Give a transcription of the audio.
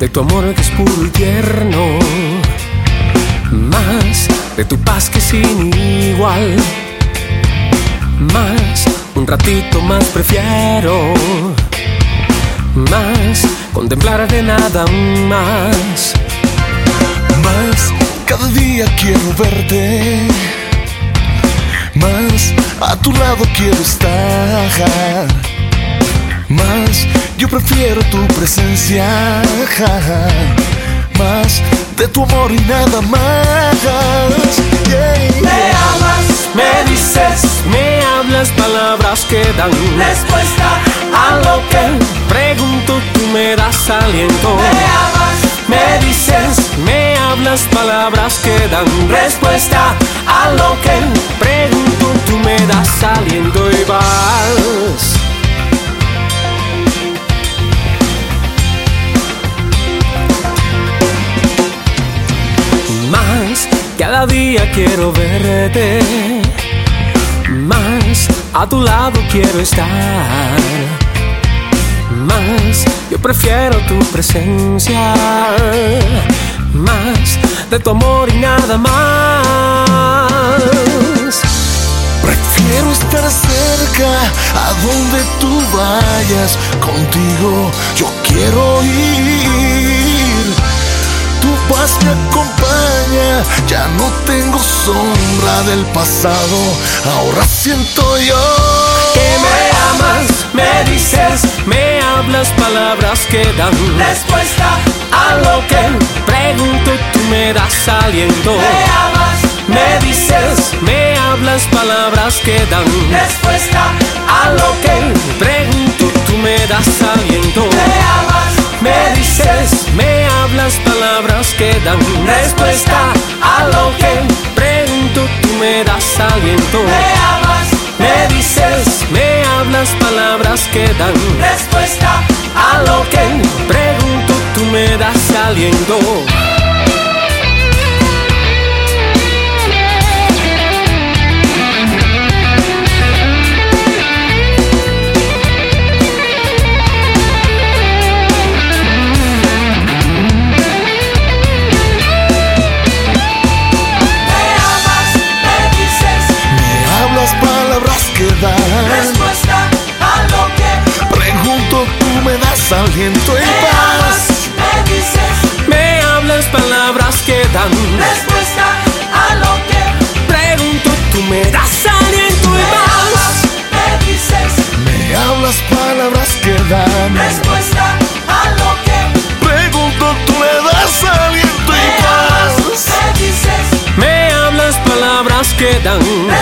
de tu amor que es puro y tierno, más de tu paz que es sin igual, más un ratito más prefiero, más contemplar de nada más, Más cada día quiero verte. Más a tu lado quiero estar. Más yo prefiero tu presencia. Más de tu amor y nada más. Yeah. Me amas, me dices me hablas palabras que dan respuesta a lo que pregunto tú me das aliento, me amas, me dices me hablas palabras que dan respuesta a lo que pregunto tú me das saliendo y vas. Más cada día quiero verte, más a tu lado quiero estar, más yo prefiero tu presencia, más de tu amor y nada más. Prefiero estar cerca a donde tú vayas. Contigo yo quiero ir. Tu paz me acompaña, ya no tengo sombra del pasado. Ahora siento yo que me amas, me dices Me hablas palabras que dan respuesta a lo que Pregunto, tú me das aliento. me amas, me dices Me hablas palabras que dan respuesta a lo que Pregunto, tú me das aliento. me amas, me dices Me hablas palabras que dan respuesta a lo que Pregunto, tú me das aliento. me amas, me dices Me hablas palabras que dan respuesta a lo que Pregunto, tú me das aliento. me amas, me dices Me hablas palabras que dan. respuesta a lo que Pregunto, tú me das aliento y me amas, paz. me dices Me hablas palabras que dan respuesta a lo que Pregunto, tú me das aliento y me vas. amas, me dices Me hablas palabras que dan. respuesta a lo que Pregunto, tú me das aliento me y amas, paz. me dices Me hablas palabras que dan